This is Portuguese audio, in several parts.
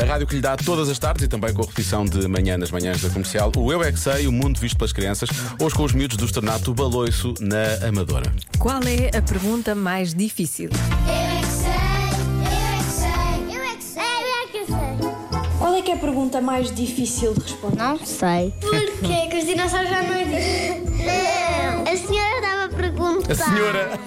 A rádio que lhe dá todas as tardes e também com a repetição de manhã nas manhãs da comercial, o Eu É Que Sei, o mundo visto pelas crianças, hoje com os miúdos do Externato Baloiço na Amadora. Qual é a pergunta mais difícil? Eu é que sei, eu é que sei, eu é que sei, eu é que sei. Qual é que é a pergunta mais difícil de responder? Não sei. Porquê que os dinossauros já não existem? Não. A senhora estava a perguntar. A senhora!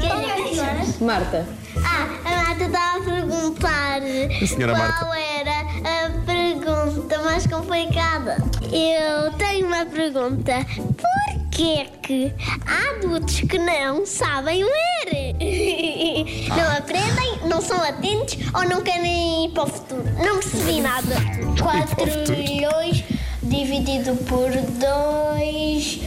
Quem é a senhora? Então, Marta. Ah, a Marta estava a perguntar. A senhora qual Marta. era a pergunta mais complicada? Eu tenho uma pergunta. Porquê que há adultos que não sabem ler? Não aprendem, não são atentos ou não querem ir para o futuro? Não percebi nada. 4 milhões dividido por 2,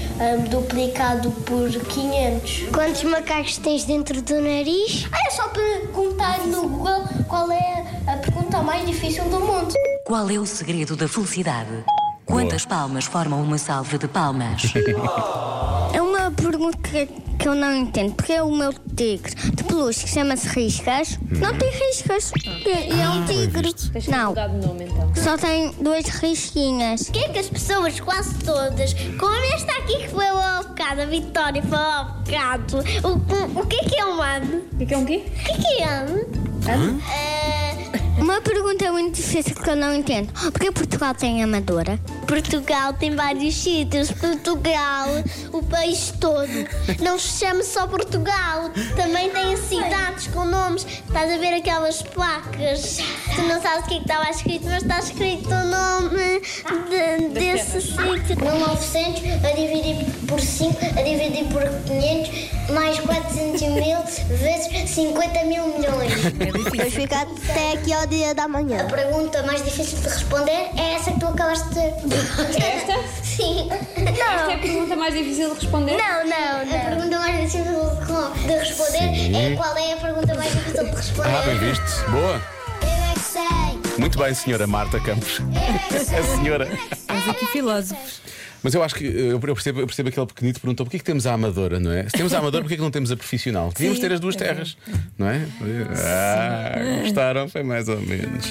duplicado por 500. Quantos macacos tens dentro do nariz? Ah, é só perguntar no Google qual é a pergunta mais difícil do mundo. Qual é o segredo da felicidade? Quantas palmas formam uma salva de palmas? É uma pergunta que, que eu não entendo, porque é o meu tigre de peluche que chama-se Riscas. Não tem riscas. E é um tigre. Não. Só tem duas risquinhas. O que é que as pessoas, quase todas, como esta aqui que foi ao bocado, a Vitória foi ao bocado, o, o, o que é que é um ano? O que é um quê? O que é que é ano? Uma pergunta muito difícil que eu não entendo. Porquê Portugal tem Amadora? Portugal tem vários sítios. Portugal, o país todo. Não se chama só Portugal. Também tem cidades com nomes. Estás a ver aquelas placas. Tu não sabes o que é que estava escrito, mas está escrito o nome de- desse sítio. 900 a dividir por 5, a dividir por 500, mais 400 mil vezes 50 mil milhões. Vamos ficar até aqui ao dia da manhã. A pergunta mais difícil de responder é essa que tu acabaste de. Esta? Sim. Esta é a pergunta mais difícil de responder. Não, não, não. A pergunta mais difícil de responder é qual é a pergunta mais difícil de responder. Ah, bem visto. Boa. Eu é que sei. é Muito bem, senhora Marta Campos. A senhora. Mas aqui filósofos. Mas eu acho que eh, eu eu percebo, eu percebo aquele pequenito que perguntou porquê que temos a amadora, não é? Se temos a amadora, porquê que não temos a profissional? Devíamos ter as duas terras, não é? Ah, gostaram? Foi mais ou menos.